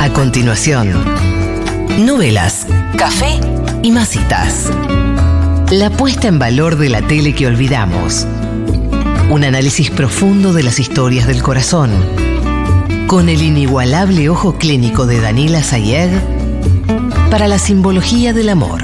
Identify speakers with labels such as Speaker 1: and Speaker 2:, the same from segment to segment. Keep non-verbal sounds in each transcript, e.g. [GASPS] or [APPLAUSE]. Speaker 1: A continuación, novelas, café y masitas. La puesta en valor de la tele que olvidamos. Un análisis profundo de las historias del corazón. Con el inigualable ojo clínico de Daniela Sayed para la simbología del amor.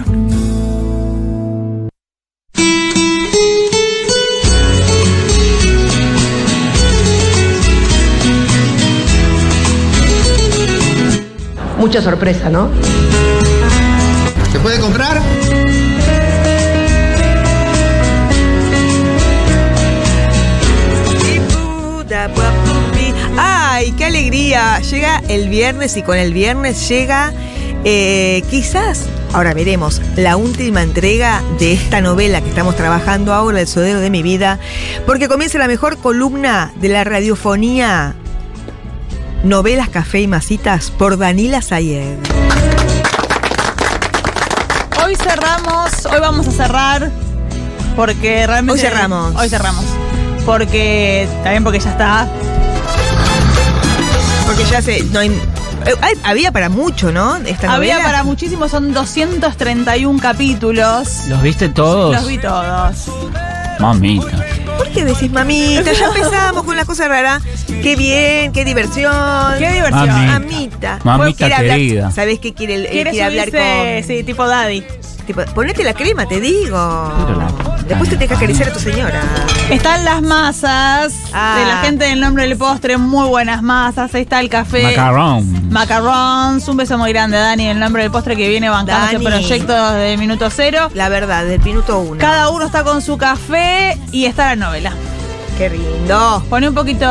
Speaker 2: Mucha sorpresa, ¿no?
Speaker 3: ¿Se puede comprar?
Speaker 4: ¡Ay, qué alegría! Llega el viernes y con el viernes llega eh, quizás, ahora veremos, la última entrega de esta novela que estamos trabajando ahora, El sodero de mi vida, porque comienza la mejor columna de la radiofonía, novelas, café y masitas, por Danila Sayed.
Speaker 5: Hoy cerramos, hoy vamos a cerrar porque realmente.
Speaker 4: Hoy cerramos.
Speaker 5: Hoy cerramos. Porque. También porque ya está.
Speaker 4: Porque ya se... No hay- eh, hay- había para mucho, ¿no? Esta
Speaker 5: Había
Speaker 4: novela.
Speaker 5: para muchísimos, son 231 capítulos.
Speaker 6: ¿Los viste todos?
Speaker 5: Los vi todos.
Speaker 6: Mamita.
Speaker 4: ¿Por qué decís, mamita? Ya empezamos con una cosa rara. Qué bien, qué diversión.
Speaker 5: Qué diversión.
Speaker 6: Mami.
Speaker 4: Amita.
Speaker 6: Mamita
Speaker 4: Quiere
Speaker 6: querida.
Speaker 4: Hablar, ¿Sabés qué quiere, el- él
Speaker 5: ¿Quieres
Speaker 4: quiere hablar con...?
Speaker 5: Sí, tipo daddy.
Speaker 4: Tipo, ponete la crema, te digo.
Speaker 6: Pero la-
Speaker 4: Después te deja acariciar a tu señora.
Speaker 5: Están las masas
Speaker 4: Ah.
Speaker 5: de la gente del nombre del postre, muy buenas masas. Ahí está el café.
Speaker 6: Macarrón.
Speaker 5: Macarons, un beso muy grande a Dani, el nombre del postre que viene bancando
Speaker 4: Dani.
Speaker 5: este proyecto de minuto cero.
Speaker 4: La verdad, del minuto uno.
Speaker 5: Cada uno está con su café y está la novela.
Speaker 4: Qué lindo.
Speaker 5: Pone un poquito.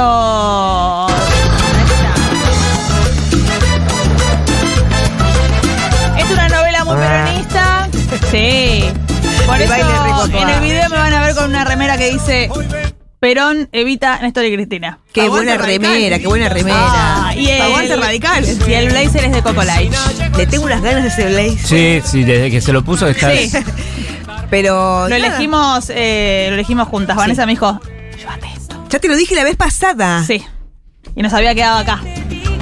Speaker 5: Es una novela muy peronista. Sí. Por
Speaker 4: Y Ah. baile rico,
Speaker 5: eso en
Speaker 4: toda.
Speaker 5: el video me van a ver con una remera que dice Perón evita Néstor y Cristina.
Speaker 4: Qué buena remera, qué buena remera.
Speaker 5: Ah, y el,
Speaker 4: Aguante radical.
Speaker 5: Y el blazer es de Coco Light.
Speaker 4: Le tengo unas ganas de ese blazer.
Speaker 6: Sí, sí, desde que se lo puso está.
Speaker 5: Sí. [LAUGHS]
Speaker 4: Pero.
Speaker 5: Lo
Speaker 4: nada.
Speaker 5: elegimos, eh, lo elegimos juntas. Vanessa me dijo, llévate esto.
Speaker 4: Ya te lo dije la vez pasada.
Speaker 5: Sí. Y nos había quedado acá.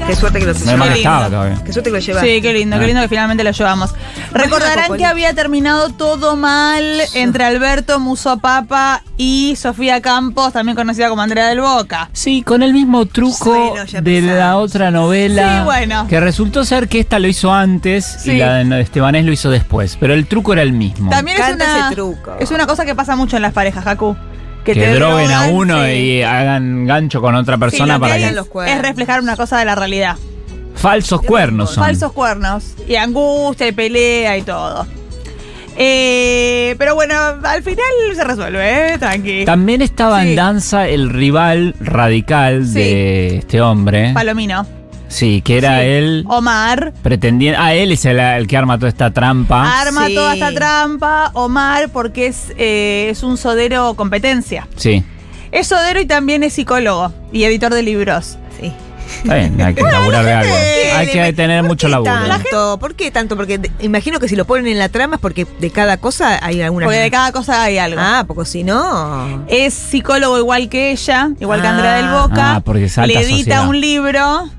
Speaker 4: Qué suerte que lo
Speaker 6: Me
Speaker 5: Qué
Speaker 4: llevaste.
Speaker 6: molestaba
Speaker 5: lindo.
Speaker 6: todavía.
Speaker 4: Qué suerte que lo llevaste.
Speaker 5: Sí, qué lindo,
Speaker 6: Ah.
Speaker 5: qué lindo que finalmente lo llevamos. Recordarán
Speaker 4: Coco,
Speaker 5: que había terminado todo mal entre Alberto Muso Papa y Sofía Campos, también conocida como Andrea del Boca.
Speaker 6: Sí, con el mismo truco
Speaker 4: Bueno, ya
Speaker 6: de
Speaker 4: empezamos.
Speaker 6: la otra novela.
Speaker 5: Sí, bueno.
Speaker 6: Que resultó ser que esta lo hizo antes
Speaker 5: Sí.
Speaker 6: y la de Estebanés lo hizo después. Pero el truco era el mismo.
Speaker 5: También es
Speaker 4: encanta
Speaker 5: una,
Speaker 4: ese truco.
Speaker 5: es una cosa que pasa mucho en las parejas, Jacu.
Speaker 6: que droguen a
Speaker 5: drogan,
Speaker 6: uno
Speaker 5: sí.
Speaker 6: y hagan gancho con otra persona
Speaker 4: lo que
Speaker 6: para
Speaker 4: hay
Speaker 6: que.
Speaker 4: en los cuernos.
Speaker 5: Es reflejar una cosa de la realidad.
Speaker 6: Falsos cuernos son.
Speaker 5: Falsos cuernos. Y angustia y pelea y todo. Eh, pero bueno, al final se resuelve, ¿eh? Tranqui.
Speaker 6: También estaba
Speaker 5: Sí.
Speaker 6: en danza el rival radical de este hombre.
Speaker 5: Palomino.
Speaker 6: Sí, que era
Speaker 5: Sí.
Speaker 6: él
Speaker 5: Omar.
Speaker 6: pretendiendo. Ah, él es el, el que arma toda esta trampa.
Speaker 5: Arma
Speaker 4: Sí.
Speaker 5: toda esta trampa, Omar, porque es, eh, es un sodero competencia.
Speaker 6: Sí.
Speaker 5: Es sodero y también es psicólogo y editor de libros.
Speaker 4: Sí.
Speaker 6: Está bien, hay que laburar de algo. Hay que tener mucho laburo.
Speaker 4: Tanto, ¿Por qué tanto? Porque de- imagino que si lo ponen en la trama es porque de cada cosa hay alguna.
Speaker 5: Porque de cada cosa hay algo.
Speaker 4: Ah, porque si no.
Speaker 5: Es psicólogo igual que ella, igual que
Speaker 4: Ah.
Speaker 5: Andrea del Boca.
Speaker 6: Ah, porque es alta
Speaker 5: Le edita
Speaker 6: sociedad.
Speaker 5: un libro.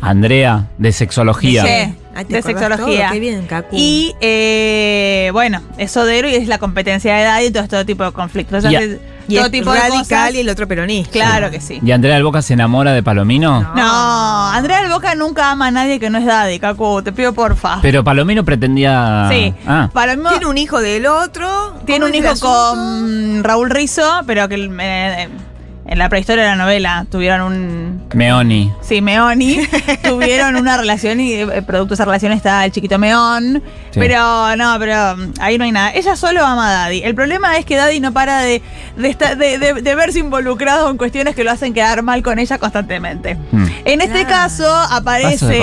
Speaker 6: Andrea, de sexología.
Speaker 5: Sí.
Speaker 4: Ah,
Speaker 5: De
Speaker 4: ¿te acordás
Speaker 5: sexología.
Speaker 4: todo? Qué bien, Cacu.
Speaker 5: Y eh, bueno, es sodero y es la competencia de edad y todo, todo tipo de conflictos. O sea,
Speaker 6: Y a-
Speaker 5: hace
Speaker 4: Y
Speaker 5: todo
Speaker 4: es
Speaker 5: tipo de
Speaker 4: radical
Speaker 5: cosas.
Speaker 4: y el otro peronista.
Speaker 5: Claro que sí.
Speaker 6: ¿Y Andrea del Boca se enamora de Palomino?
Speaker 5: No, Andrea del Boca nunca ama a nadie que no es daddy, Cacu. Te pido porfa.
Speaker 6: Pero Palomino pretendía.
Speaker 5: sí.
Speaker 6: Ah,
Speaker 5: Para mí
Speaker 4: Tiene un hijo del otro.
Speaker 5: tiene
Speaker 4: ¿Cómo
Speaker 5: un
Speaker 4: es el
Speaker 5: hijo
Speaker 4: asunto?
Speaker 5: con Raúl Rizzo, pero que eh, en la prehistoria de la novela tuvieron un
Speaker 6: Meoni.
Speaker 5: Simeoni, tuvieron una relación y eh, producto de esa relación está el chiquito Meón.
Speaker 6: Sí.
Speaker 5: Pero no, pero mm, ahí no hay nada. Ella solo ama a Daddy. El problema es que Daddy no para de, de, esta- de- de- de verse involucrado en cuestiones que lo hacen quedar mal con ella constantemente.
Speaker 6: Mm.
Speaker 5: En este caso
Speaker 6: Paso de
Speaker 5: aparece,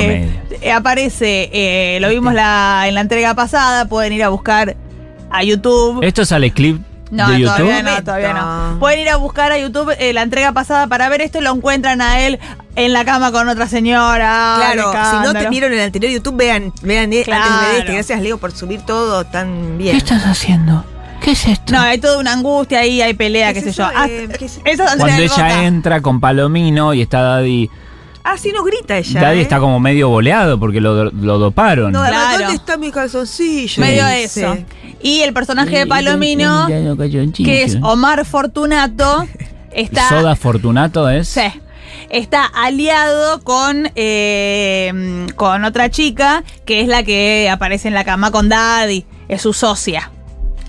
Speaker 6: comedia.
Speaker 5: eh, aparece, eh, lo vimos la, en la entrega pasada, pueden ir a buscar a YouTube.
Speaker 6: ¿Esto sale clip
Speaker 5: No,
Speaker 6: de
Speaker 5: todavía
Speaker 6: YouTube?
Speaker 5: no, todavía no.
Speaker 4: Momento.
Speaker 5: Pueden ir a buscar a YouTube eh, la entrega pasada para ver esto y lo encuentran a él en la cama con otra señora.
Speaker 4: Claro,
Speaker 5: ¡Qué
Speaker 4: si no
Speaker 5: escándalo!
Speaker 4: te vieron el anterior YouTube, vean, vean eh, antes
Speaker 5: Claro.
Speaker 4: de este. Gracias, Leo, por subir todo tan bien.
Speaker 6: haciendo? ¿Qué es esto?
Speaker 5: No, hay toda una angustia ahí, hay pelea, qué,
Speaker 4: ¿Qué es
Speaker 5: sé yo.
Speaker 4: eso?
Speaker 5: Ah,
Speaker 4: Eh, ¿qué es-
Speaker 5: esa es Andrea
Speaker 6: Cuando
Speaker 5: del
Speaker 6: ella
Speaker 5: Boca.
Speaker 6: entra con Palomino y está Daddy.
Speaker 4: Ah, sí, no grita ella.
Speaker 6: Daddy
Speaker 4: ¿eh?
Speaker 6: está como medio boleado porque lo, lo doparon.
Speaker 4: No, además,
Speaker 5: Claro.
Speaker 4: ¿dónde está mi calzoncillo?
Speaker 5: Medio
Speaker 4: Sí.
Speaker 5: eso. Y el personaje de Palomino, que es Omar
Speaker 6: [LAUGHS]
Speaker 5: Fortunato, está.
Speaker 6: Soda Fortunato es.
Speaker 5: Sí. Está aliado con, eh, con otra chica, que es la que aparece en la cama con Daddy, es su socia.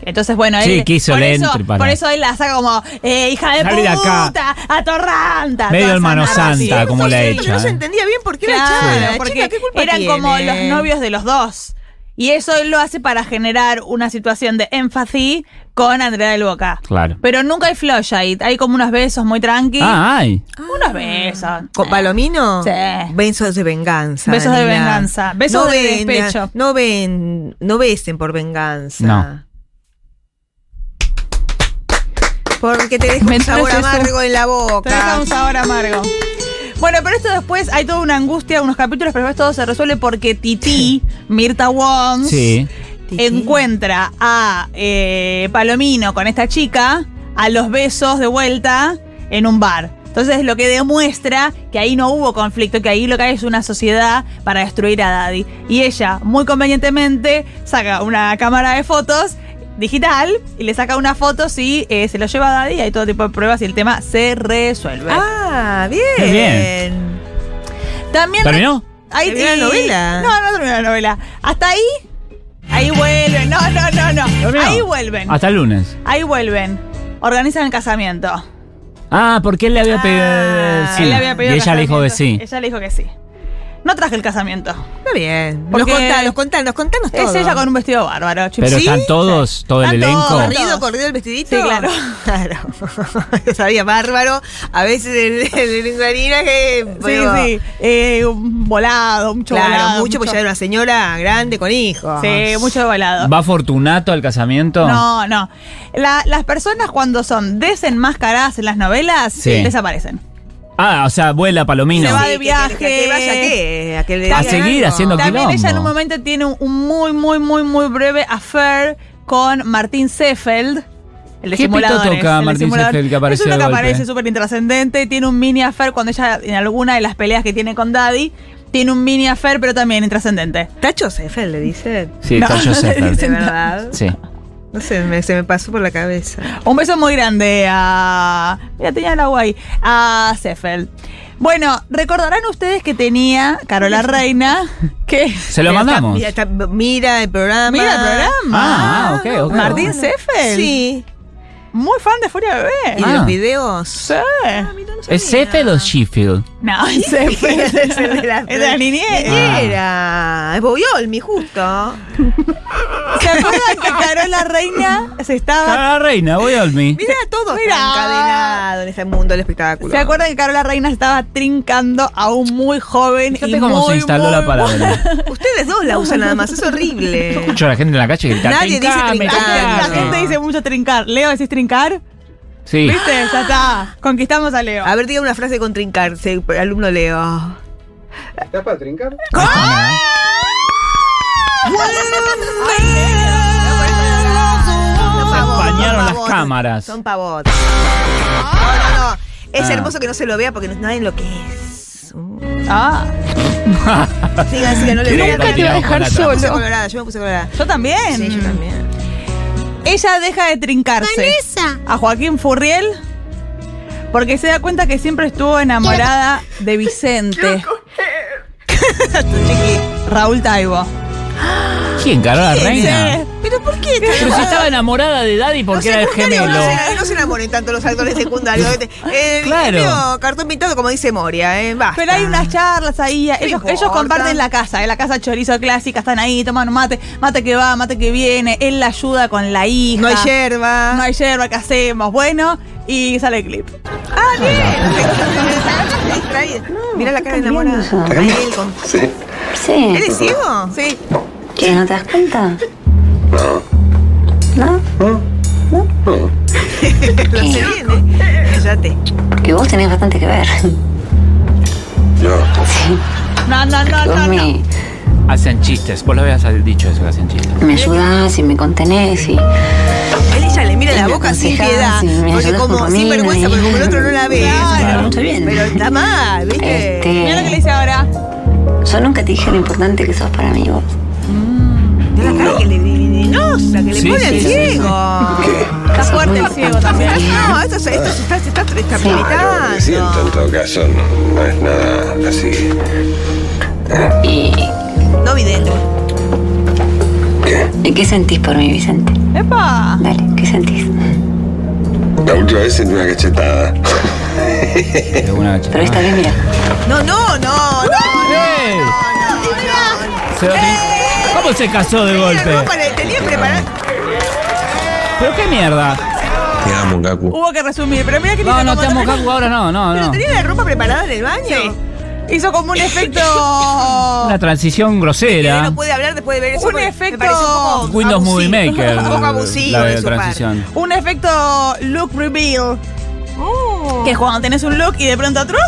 Speaker 5: Entonces, bueno, él.
Speaker 6: Sí, que hizo
Speaker 5: por,
Speaker 6: el
Speaker 5: eso,
Speaker 6: entry para-
Speaker 5: por eso él la saca como, eh, hija de
Speaker 6: Salí de acá.
Speaker 5: puta, atorranta.
Speaker 6: Medio
Speaker 5: toda esa
Speaker 6: hermano
Speaker 5: narración.
Speaker 6: santa, como
Speaker 4: Sí,
Speaker 6: la
Speaker 4: pero
Speaker 6: hecha.
Speaker 4: No se
Speaker 6: ¿eh?
Speaker 4: entendía bien por qué la echaban.
Speaker 5: Claro,
Speaker 4: La
Speaker 5: porque
Speaker 4: chica, ¿qué culpa
Speaker 5: eran
Speaker 4: tiene?
Speaker 5: como los novios de los dos. Y eso él lo hace para generar una situación de énfasis con Andrea del Boca.
Speaker 6: Claro.
Speaker 5: Pero nunca hay flush ahí. Hay como unos besos muy tranqui.
Speaker 6: Ah, ay.
Speaker 5: Unos besos.
Speaker 4: ¿Con
Speaker 5: Eh.
Speaker 4: Palomino?
Speaker 5: Sí.
Speaker 4: Besos de venganza.
Speaker 5: Besos de
Speaker 4: Daniela.
Speaker 5: venganza. Besos de despecho.
Speaker 4: No, ven, no besen por venganza.
Speaker 6: No.
Speaker 4: Porque te deja
Speaker 5: Me
Speaker 4: un sabor
Speaker 5: traes eso.
Speaker 4: amargo en la
Speaker 5: Te deja
Speaker 4: boca.
Speaker 5: un sabor amargo. Bueno, pero esto después hay toda una angustia, unos capítulos, pero después todo se resuelve porque Titi, Mirta Wong,
Speaker 6: Sí.
Speaker 4: Titi.
Speaker 5: encuentra a eh, Palomino con esta chica a los besos de vuelta en un bar. Entonces lo que demuestra que ahí no hubo conflicto, que ahí lo que hay es una sociedad para destruir a Daddy. Y ella, muy convenientemente, saca una cámara de fotos digital y le saca una foto si eh, se lo lleva a Daddy y hay todo tipo de pruebas y el tema se resuelve.
Speaker 4: Ah, bien.
Speaker 6: Muy
Speaker 5: También
Speaker 6: ¿Terminó?
Speaker 5: Ahí
Speaker 4: ¿Terminó la
Speaker 5: y-
Speaker 4: novela?
Speaker 5: No, no terminó la novela. Hasta ahí. Ahí vuelven. No, no, no, no.
Speaker 6: ¿Terminó?
Speaker 5: Ahí vuelven.
Speaker 6: Hasta el lunes.
Speaker 5: Ahí vuelven. Organizan el casamiento.
Speaker 6: Ah, porque él le había pedido. sí.
Speaker 5: Él le había pedido
Speaker 6: y ella le dijo que sí.
Speaker 5: casamiento. Ella le dijo que sí. No traje el casamiento.
Speaker 4: Está bien. Nos
Speaker 5: Porque-
Speaker 4: contanos, contanos, contanos todo.
Speaker 5: Es ella con un vestido bárbaro. chup-
Speaker 6: Pero
Speaker 5: Sí.
Speaker 6: están todos, todo el
Speaker 5: Están
Speaker 6: elenco.
Speaker 5: todos.
Speaker 4: Corrido, corrido el vestidito.
Speaker 5: Sí, claro.
Speaker 4: [LAUGHS] Claro. [LAUGHS] Lo sabía bárbaro. A veces el, el, el engranaje,
Speaker 5: Sí,
Speaker 4: pero-
Speaker 5: sí. Eh, un volado, mucho
Speaker 4: Claro,
Speaker 5: volado.
Speaker 4: mucho, porque ya era una señora grande con hijos.
Speaker 5: Sí, mucho volado.
Speaker 6: ¿Va Fortunato al casamiento?
Speaker 5: No, no. La- las personas cuando son desenmascaradas en las novelas
Speaker 6: Sí.
Speaker 5: desaparecen.
Speaker 6: Ah, o sea, vuela Palomino.
Speaker 5: Se va de
Speaker 4: Sí, que-
Speaker 5: viaje.
Speaker 4: Que, que vaya qué, a que le
Speaker 5: A
Speaker 4: digan
Speaker 6: seguir
Speaker 4: algo.
Speaker 6: haciendo-
Speaker 5: También
Speaker 6: quilombo.
Speaker 5: ella en un momento tiene un- un muy, muy, muy, muy breve affair con Martín Seffeld. El de
Speaker 6: ¿Qué pito
Speaker 5: simuladores,
Speaker 6: toca
Speaker 5: el de
Speaker 6: Martín
Speaker 5: simulador.
Speaker 6: Seyfeld que apareció
Speaker 5: Es uno
Speaker 6: de
Speaker 5: que
Speaker 6: golpe?
Speaker 5: aparece súper intrascendente. Tiene un mini affair cuando ella, en alguna de las peleas que tiene con Daddy, tiene un mini affair, pero también intrascendente.
Speaker 4: Tacho Seffel le dice.
Speaker 6: Sí,
Speaker 5: No,
Speaker 6: está
Speaker 5: no
Speaker 6: Joseph.
Speaker 5: le
Speaker 4: De
Speaker 5: dicen-
Speaker 4: verdad.
Speaker 6: Sí.
Speaker 4: No sé, me- se me pasó por la cabeza.
Speaker 5: Un beso muy grande a. Mira, tenía el agua ahí. A Seffel. Bueno, recordarán ustedes que tenía Carola Reina, que.
Speaker 6: Se
Speaker 4: Pero
Speaker 6: lo
Speaker 4: está-
Speaker 6: mandamos.
Speaker 4: Mira, está- mira el programa.
Speaker 5: Mira el programa.
Speaker 6: Ah, ok, ok.
Speaker 5: Martín Seffel.
Speaker 4: Sí.
Speaker 5: Muy fan de Furia Bebé.
Speaker 4: Y
Speaker 6: Ah.
Speaker 4: los videos.
Speaker 5: Sí.
Speaker 6: ¿Es Seyfeld o Sheffield?
Speaker 5: No, [LAUGHS] es [LAUGHS]
Speaker 4: Es [LAUGHS]
Speaker 5: Seffel.
Speaker 4: el de la,
Speaker 5: Es la niñez.
Speaker 6: Ah.
Speaker 4: Era. Es Boyol, mi justo.
Speaker 5: ¿Se acuerdan que Carola Reina se estaba.
Speaker 6: Cara Ah, reina, voy a dormir.
Speaker 4: Mira, todo
Speaker 5: Mira.
Speaker 4: está encadenado en ese mundo del espectáculo.
Speaker 5: ¿Se acuerdan que Carola Reina se estaba trincando a un muy joven y
Speaker 6: Fíjate cómo
Speaker 5: muy,
Speaker 6: se instaló
Speaker 5: muy
Speaker 6: la
Speaker 5: [LAUGHS]
Speaker 6: palabra.
Speaker 4: [LAUGHS] Ustedes dos la usan nada más, es horrible.
Speaker 6: Escucho a la gente en la calle gritar.
Speaker 4: Nadie dice
Speaker 6: "Trincame,
Speaker 4: trincame".
Speaker 5: buena? La
Speaker 6: trincame".
Speaker 5: gente dice mucho trincar. Leo, ¿decís trincar?
Speaker 6: Sí.
Speaker 5: ¿Viste? Ya está. Conquistamos a Leo.
Speaker 6: Ah.
Speaker 4: A ver, diga una frase con trincarse, alumno Leo.
Speaker 3: ¿Estás para trincar?
Speaker 5: ¡Ah!
Speaker 4: Son pavotes,
Speaker 6: empañaron
Speaker 4: son
Speaker 6: las
Speaker 4: pavotes,
Speaker 6: cámaras.
Speaker 4: Son pavotes. No, no, no. Es
Speaker 6: Ah.
Speaker 4: hermoso que no se lo vea porque no nadie lo que
Speaker 6: [LAUGHS]
Speaker 4: es.
Speaker 5: Ah,
Speaker 4: Sigan, sigan, no le
Speaker 6: Creo
Speaker 4: vean.
Speaker 6: que te va a dejar Mm.
Speaker 4: Yo me puse
Speaker 5: solo.
Speaker 4: colorada, yo me puse colorada.
Speaker 5: yo también.
Speaker 4: Sí, yo también.
Speaker 5: Ella deja de trincarse a Joaquín Furriel porque se da cuenta que siempre estuvo enamorada de Vicente. [LAUGHS] Raúl Taibo.
Speaker 6: ¿Quién? Carola reina.
Speaker 5: Sí.
Speaker 4: Pero ¿por qué?
Speaker 6: Pero si estaba enamorada de Daddy porque era el gemelo.
Speaker 4: No se, no se enamoren tanto los actores
Speaker 6: [LAUGHS]
Speaker 4: secundarios. Eh,
Speaker 6: Claro.
Speaker 4: medio cartón pintado, como dice Moria, ¿eh? Basta.
Speaker 5: Pero hay unas charlas ahí, ellos,
Speaker 4: importa.
Speaker 5: ellos comparten la casa, eh, la casa chorizo clásica, están ahí, toman un mate, mate que va, mate que viene, él la ayuda con la hija.
Speaker 4: No hay yerba.
Speaker 5: No hay yerba, ¿qué hacemos? Bueno, y sale el clip.
Speaker 4: [LAUGHS] Mira Ah, la cara de enamorada. Ahí, con-
Speaker 7: Sí,
Speaker 4: ¿Eres ciego? Sí.
Speaker 7: ¿qué? ¿No te das cuenta? No. ¿No?
Speaker 4: Lo sé bien, ¿eh? Cállate.
Speaker 7: Que vos tenés bastante que ver.
Speaker 5: No, no, no,
Speaker 7: Vos
Speaker 5: no, no.
Speaker 7: me,
Speaker 6: Hacen chistes. Vos lo habías dicho eso que hacen chistes.
Speaker 7: me ayudás y me contenés y...
Speaker 4: Él ella le mira
Speaker 7: Y
Speaker 4: la
Speaker 7: me
Speaker 4: boca sin
Speaker 7: aconsejás,
Speaker 4: piedad.
Speaker 7: y me
Speaker 4: Porque
Speaker 7: ayudás con
Speaker 4: como, sin
Speaker 7: comida,
Speaker 4: vergüenza, porque como el otro no la ve.
Speaker 5: Claro.
Speaker 7: Está mucho bien.
Speaker 4: Pero está mal, ¿viste?
Speaker 7: Este,
Speaker 5: Mira lo que le hice ahora.
Speaker 7: yo nunca te dije lo importante que sos para mí vos.
Speaker 4: Mirá la cara que le venenosa, que le
Speaker 6: Sí,
Speaker 4: pone al
Speaker 6: sí, sí,
Speaker 4: ciego.
Speaker 5: Está fuerte el ciego también.
Speaker 4: No, esto, se- esto se está, se está, se está
Speaker 8: Pero lo que siento en
Speaker 4: militando.
Speaker 8: todo caso no, no es nada así.
Speaker 7: ¿Y
Speaker 4: No vidente.
Speaker 7: y qué sentís por mí, Vicente?
Speaker 5: ¡Epa!
Speaker 7: Dale, ¿qué sentís?
Speaker 8: La última vez sentí una cachetada.
Speaker 6: De una noche.
Speaker 7: Pero esta vez, mira,
Speaker 4: No, no, no, no, no.
Speaker 6: ¡Ey! Se lo tri- ¿Cómo se casó de
Speaker 4: Tenía la
Speaker 6: golpe?
Speaker 4: ropa, le tenía preparada.
Speaker 6: ¿Pero qué mierda?
Speaker 8: Te amo, Gaku.
Speaker 5: Hubo que resumir, pero mira que
Speaker 6: No, no te amo,
Speaker 5: como-
Speaker 6: Cacu, ahora no, no,
Speaker 4: Pero
Speaker 6: no.
Speaker 4: tenía la ropa preparada en el baño.
Speaker 5: Sí. Hizo como un efecto.
Speaker 6: [LAUGHS] Una transición
Speaker 4: Que él
Speaker 6: grosera.
Speaker 4: no puede hablar después de ver eso.
Speaker 5: Un
Speaker 4: porque
Speaker 5: efecto-
Speaker 4: Me parece un poco
Speaker 6: Windows
Speaker 4: abusivo.
Speaker 6: Movie
Speaker 4: [LAUGHS]
Speaker 6: Maker.
Speaker 4: Un poco abusivo
Speaker 6: La
Speaker 4: de
Speaker 6: de
Speaker 4: su parte.
Speaker 6: transición.
Speaker 5: un efecto look reveal.
Speaker 4: Oh.
Speaker 5: Que es cuando tenés un look y de pronto otro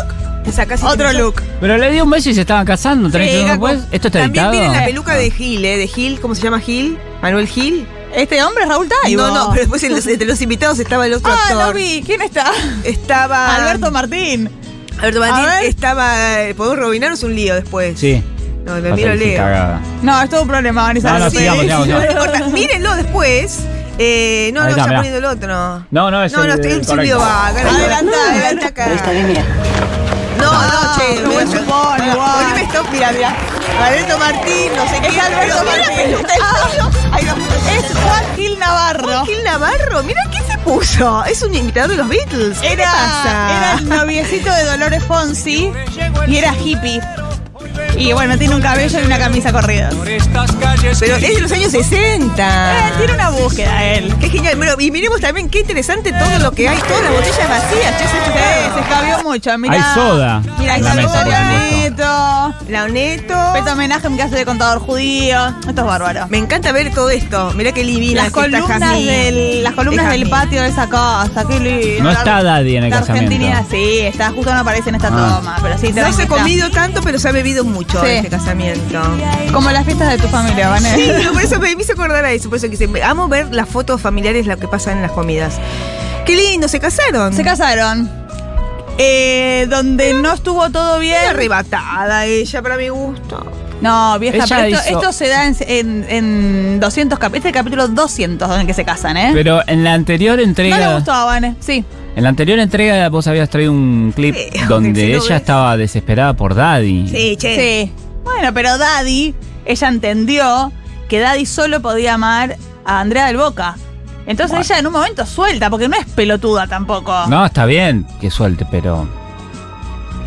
Speaker 4: Te sacás y te
Speaker 5: otro
Speaker 4: pensás-
Speaker 5: look.
Speaker 6: Pero le di un beso y se estaban casando 30
Speaker 5: Sí,
Speaker 6: años
Speaker 5: Cacu.
Speaker 6: después. ¿Esto está
Speaker 4: También
Speaker 6: editado?
Speaker 4: tiene la peluca de Gil, ¿eh? De Gil, ¿cómo se llama Gil? ¿Manuel Gil?
Speaker 5: Este hombre es Raúl Taibo.
Speaker 4: no, no, pero después en los- entre los invitados estaba el otro
Speaker 5: Ah,
Speaker 4: actor.
Speaker 5: lo vi. ¿Quién está?
Speaker 4: Estaba.
Speaker 5: Alberto Martín.
Speaker 4: Alberto Martín
Speaker 5: A ver.
Speaker 4: estaba. eh, ¿Podemos rebobinarnos un lío después?
Speaker 6: Sí.
Speaker 4: No, me
Speaker 6: Pasa
Speaker 4: miro
Speaker 6: que sí,
Speaker 4: leo.
Speaker 6: cagada.
Speaker 5: No, es todo un problema, Vanessa.
Speaker 6: No, no,
Speaker 5: Sí.
Speaker 6: sigamos, sigamos,
Speaker 4: No,
Speaker 6: sigamos.
Speaker 4: no importa. Mírenlo después. Eh, no,
Speaker 6: Ahí
Speaker 4: no,
Speaker 6: está,
Speaker 4: está
Speaker 6: mirá.
Speaker 4: poniendo el otro.
Speaker 6: No, no, es
Speaker 4: No,
Speaker 6: el-
Speaker 4: no, estoy
Speaker 6: el
Speaker 4: un silbido
Speaker 6: correcto.
Speaker 4: va. Adelanta, adelanta acá.
Speaker 7: pero esta vez, mira.
Speaker 4: No, no, che,
Speaker 5: no, buen chupón, igual.
Speaker 4: Poneme stop, mira, mira. Alberto Martín, no sé qué.
Speaker 5: Es [LAUGHS] Alberto
Speaker 4: Pero mira la
Speaker 5: Martín. Ah,
Speaker 4: peluca, el pelo. Ay, no.
Speaker 5: Es Juan Gil Navarro.
Speaker 4: Gil Navarro, mira quién se puso. Es un invitado de los Beatles. ¿Qué
Speaker 5: Era,
Speaker 4: te pasa?
Speaker 5: era el noviecito de Dolores Fonsi y era hippie. Y bueno, tiene un cabello y una camisa corrida.
Speaker 4: Pero es de los años 60.
Speaker 5: Eh, tiene una búsqueda él.
Speaker 4: Qué genial. Bueno, y miremos también qué interesante todo lo que hay, todas las botellas vacías. Che, se
Speaker 5: Sí, Eh, se escabió mucho, mirá.
Speaker 6: Hay soda
Speaker 5: Mirá, hay
Speaker 6: en la mesa, por
Speaker 5: soda, Neto.
Speaker 4: La Oneto.
Speaker 5: Peto homenaje a mi caso de contador judío. Esto es bárbaro.
Speaker 4: Me encanta ver todo esto. Mirá qué divina
Speaker 5: Las
Speaker 4: que está
Speaker 5: columnas,
Speaker 4: Jazmín.
Speaker 5: del, las columnas
Speaker 4: Es
Speaker 5: del
Speaker 4: Jazmín.
Speaker 5: patio de esa casa, qué lindo.
Speaker 6: No
Speaker 5: La-
Speaker 6: está Daddy en el
Speaker 5: la
Speaker 6: casamiento.
Speaker 5: Argentina sí, está, justo no aparece en esta
Speaker 6: Ah.
Speaker 5: toma, pero sí
Speaker 4: No
Speaker 5: también
Speaker 4: se ha
Speaker 5: está.
Speaker 4: comido tanto, pero se ha bebido mucho
Speaker 5: Sí.
Speaker 4: en este casamiento.
Speaker 5: Como las fiestas de tu familia, Vanessa.
Speaker 4: [LAUGHS] Sí, pero por eso me, me hizo acordar a eso. Por eso quise. Amo ver las fotos familiares, lo que pasan en las comidas. Qué lindo, se casaron.
Speaker 5: Se casaron. Eh, donde no estuvo todo
Speaker 4: Qué
Speaker 5: bien.
Speaker 4: arrebatada ella, para mi gusto.
Speaker 5: No, vieja,
Speaker 6: Ella
Speaker 5: pero esto,
Speaker 6: hizo-
Speaker 5: esto se da en, en, en 200 capítulos. Este es el capítulo 200 donde que se casan, ¿eh?
Speaker 6: Pero en la anterior
Speaker 5: no le
Speaker 6: entrega.
Speaker 5: gustó a Vane. Sí.
Speaker 6: en la anterior entrega vos habías traído un clip
Speaker 4: Sí,
Speaker 6: donde
Speaker 4: si lo ves.
Speaker 6: ella estaba desesperada por Daddy.
Speaker 4: Sí, che.
Speaker 5: Sí. Bueno, pero Daddy, ella entendió que Daddy solo podía amar a Andrea del Boca. Entonces ella en un momento suelta, porque no es pelotuda tampoco.
Speaker 6: No, está bien que suelte, pero.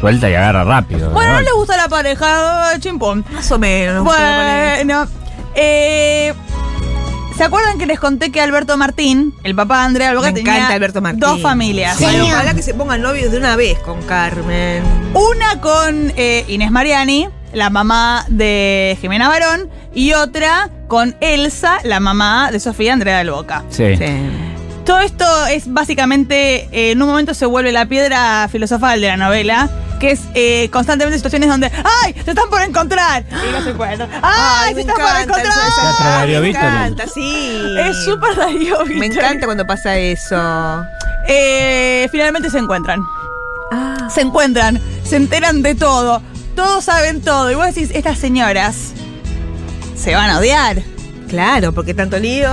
Speaker 6: Suelta y agarra rápido.
Speaker 5: Bueno, no
Speaker 6: ¿no?
Speaker 5: le gusta la pareja, eh, chimpón.
Speaker 4: Más o menos.
Speaker 5: Bueno, eh, ¿se acuerdan que les conté que Alberto Martín, el papá de Andrea Boca,
Speaker 4: Me
Speaker 5: tenía
Speaker 4: encanta Alberto Martín.
Speaker 5: dos familias?
Speaker 4: Bueno, ojalá que se pongan novios de una vez con Carmen.
Speaker 5: Una con eh, Inés Mariani, la mamá de Jimena Barón, y otra con Elsa, la mamá de Sofía Andrea del Boca.
Speaker 6: Sí.
Speaker 5: Todo esto es básicamente, eh, en un momento se vuelve la piedra filosofal de la novela, que es eh, constantemente situaciones donde, ¡ay! Se están por encontrar. Y no se encuentran. [GASPS] ¡Ay! se
Speaker 4: me
Speaker 5: están por
Speaker 4: encanta eso,
Speaker 5: encontrar.
Speaker 4: eso,
Speaker 6: Teatro de Darío
Speaker 4: Me
Speaker 6: Víctor.
Speaker 4: encanta, sí.
Speaker 5: Es súper Darío Víctor.
Speaker 4: Me encanta cuando pasa eso.
Speaker 5: Eh, finalmente se encuentran.
Speaker 4: Ah.
Speaker 5: Se encuentran, se enteran de todo. Todos saben todo. Y vos decís, estas señoras se van a odiar.
Speaker 4: Claro, porque tanto lío.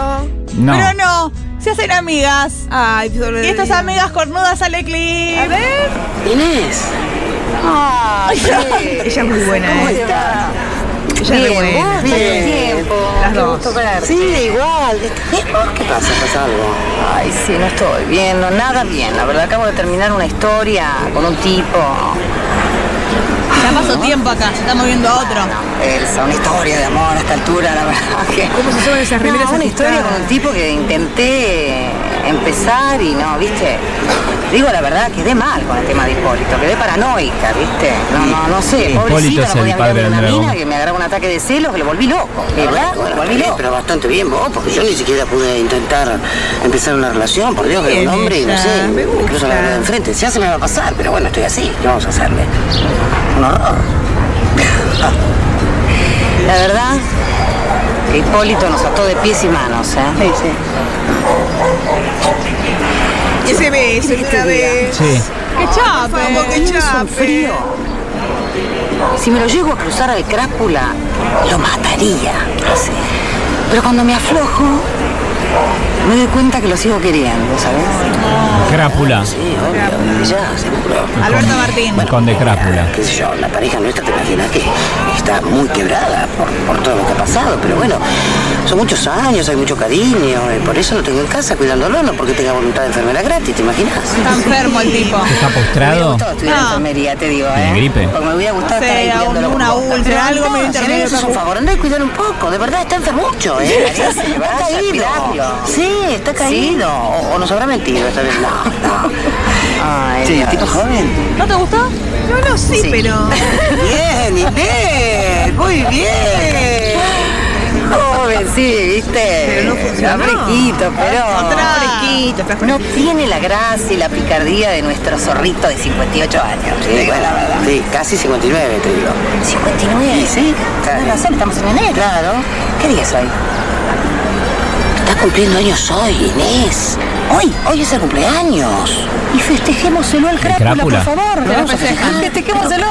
Speaker 6: No.
Speaker 5: Pero no, se hacen amigas.
Speaker 4: Ay,
Speaker 5: Y estas amigas cornudas sale clip.
Speaker 4: A ver.
Speaker 7: Inés.
Speaker 4: Ella es muy buena, ¿eh? Ella es muy buena.
Speaker 7: Bien, tiempo.
Speaker 4: Las dos.
Speaker 9: Sí, igual. ¿Qué pasa? ¿Pasa algo? Ay, sí, no estoy bien, no, nada bien. La verdad, acabo de terminar una historia con un tipo.
Speaker 5: Ya pasó tiempo acá, se está moviendo a otro.
Speaker 9: Elsa, una historia de amor a esta altura, la verdad. [LAUGHS] Que...
Speaker 4: ¿Cómo se llaman esas remeras
Speaker 9: No, una historia
Speaker 4: ajustadas?
Speaker 9: con un tipo que intenté empezar y no, viste. Digo la verdad, quedé mal con el tema de Hipólito, quedé paranoica, viste. No, no, no sé,
Speaker 6: Sí, Hipólito
Speaker 9: pobrecito,
Speaker 6: es
Speaker 9: no
Speaker 6: el
Speaker 9: podía
Speaker 6: padre
Speaker 9: mirar
Speaker 6: de
Speaker 9: una
Speaker 6: Andrea
Speaker 9: mina
Speaker 6: Boca.
Speaker 9: que me agarraba un ataque de celos que lo volví loco, ¿verdad? Lo volví loco.
Speaker 10: Pero bastante Ah, bien vos, porque yo ni siquiera pude intentar empezar una relación, por Dios, que
Speaker 4: Bien,
Speaker 10: era un hombre, y no
Speaker 4: ella,
Speaker 10: sé,
Speaker 4: me gusta.
Speaker 10: incluso la verdad de enfrente, ya se me va a pasar, pero bueno, estoy así, ¿qué vamos a hacerle? Un horror.
Speaker 9: [LAUGHS] La verdad, que Hipólito nos ató de pies y manos, ¿eh? Sí, sí.
Speaker 4: Ese beso,
Speaker 9: ¿Qué
Speaker 4: una
Speaker 9: te
Speaker 4: vez.
Speaker 6: Sí.
Speaker 5: ¡Qué
Speaker 4: Por favor,
Speaker 5: chape!
Speaker 4: qué
Speaker 9: Tiene un
Speaker 4: chape.
Speaker 9: frío. Si me lo llego a cruzar al crápula, lo mataría. así. Pero cuando me aflojo, me doy cuenta que lo sigo queriendo, ¿sabes?
Speaker 6: Crápula.
Speaker 10: Sí, obvio, desde ya, seguro.
Speaker 5: Alberto Martín.
Speaker 6: El conde
Speaker 10: Mira,
Speaker 6: Crápula.
Speaker 10: qué sé yo, la pareja nuestra te imaginas que está muy quebrada por, por todo lo que ha pasado, pero bueno, son muchos años, hay mucho cariño, y por eso lo tengo en casa cuidándolo, no porque tenga voluntad de enfermera gratis, ¿te imaginas?
Speaker 5: Está enfermo el tipo.
Speaker 6: Está postrado.
Speaker 10: Todo estudiar
Speaker 5: No.
Speaker 10: enfermería, te digo,
Speaker 6: ¿Tiene
Speaker 10: ¿eh?
Speaker 6: gripe?
Speaker 10: Porque me hubiera gustado
Speaker 5: Sí,
Speaker 10: estar ahí cuidándolo
Speaker 5: una
Speaker 10: con vos.
Speaker 5: úlcera,
Speaker 10: Pero
Speaker 5: algo medio
Speaker 10: no, si
Speaker 5: intermedio,
Speaker 10: haces un
Speaker 5: Cacu.
Speaker 10: favor, andá y cuidar un poco, de verdad, está enfermucho, ¿eh? está caído. Sí, está caído. O, o nos habrá mentido esta vez. No, no. Ay, sí, tipo joven.
Speaker 5: ¿No te gustó?
Speaker 4: No, no, sí,
Speaker 10: Sí.
Speaker 4: pero.
Speaker 10: Bien, Inés, muy bien.
Speaker 9: Joven, sí, viste.
Speaker 4: Pero no
Speaker 9: Está
Speaker 4: funcionó.
Speaker 9: fresquito, pero.
Speaker 4: Otra. Fresquito, está
Speaker 9: No tiene la gracia y la picardía de nuestro zorrito de 58 años. te
Speaker 10: Sí,
Speaker 9: digo
Speaker 10: bueno,
Speaker 9: la verdad.
Speaker 10: sí, casi 59, te digo.
Speaker 9: 59.
Speaker 10: Y sí,
Speaker 9: ¿eh? Tenés
Speaker 10: claro.
Speaker 9: razón, estamos en enero.
Speaker 10: Claro.
Speaker 9: ¿Qué día es hoy?
Speaker 10: Está cumpliendo años hoy, Inés. Hoy, hoy es el cumpleaños.
Speaker 9: Y festejémoselo al crápula,
Speaker 6: crápula?
Speaker 9: por favor.
Speaker 5: Pero
Speaker 9: Vamos a festejar. Festejémoselo.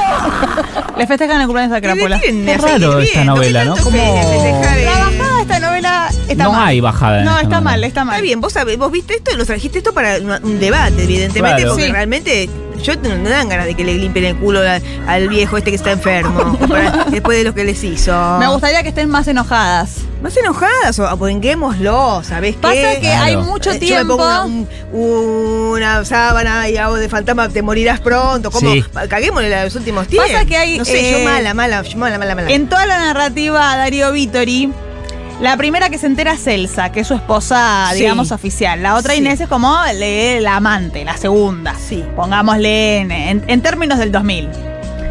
Speaker 5: [LAUGHS] Le festejan el cumpleaños de
Speaker 4: ¿Qué le
Speaker 5: Crápula.
Speaker 4: tienen
Speaker 6: Qué
Speaker 4: así
Speaker 6: raro
Speaker 4: bien?
Speaker 6: esta
Speaker 4: ¿Qué
Speaker 6: novela,
Speaker 4: tanto
Speaker 6: ¿no?
Speaker 4: se-
Speaker 6: Como-
Speaker 4: se deja de-
Speaker 5: La bajada de esta novela está
Speaker 6: No
Speaker 5: mal.
Speaker 6: hay bajada en
Speaker 5: No,
Speaker 6: esta
Speaker 5: está
Speaker 6: novela.
Speaker 5: mal, está mal.
Speaker 4: Está bien, vos sabés, vos viste esto y nos trajiste esto para una- un debate, evidentemente,
Speaker 6: Claro.
Speaker 4: porque
Speaker 5: Sí.
Speaker 4: realmente yo no me dan ganas de que le limpien el culo a- al viejo este que
Speaker 5: [LAUGHS]
Speaker 4: está enfermo, para- después de lo que les hizo.
Speaker 5: Me gustaría que estén más enojadas.
Speaker 4: Más enojadas, o apuenguémoslo, ¿sabés
Speaker 5: Pasa
Speaker 4: qué? Eh,
Speaker 5: que hay
Speaker 6: Claro.
Speaker 5: mucho
Speaker 4: Yo me
Speaker 5: tiempo.
Speaker 4: pongo una, un- una sábana y hago de fantasma, te morirás pronto. ¿Cómo?
Speaker 6: Sí.
Speaker 4: Caguémosle la de los últimos
Speaker 5: Pasa
Speaker 4: tiempos.
Speaker 5: que hay,
Speaker 4: No sé,
Speaker 5: eh,
Speaker 4: yo mala, mala, yo mala, mala, mala.
Speaker 5: En toda la narrativa Darío Vittori, la primera que se entera es Elsa, que es su esposa,
Speaker 4: Sí.
Speaker 5: digamos, oficial. La otra
Speaker 4: Sí.
Speaker 5: Inés es como le- la amante, la segunda.
Speaker 4: Sí.
Speaker 5: Pongámosle N, en, en términos del 2000.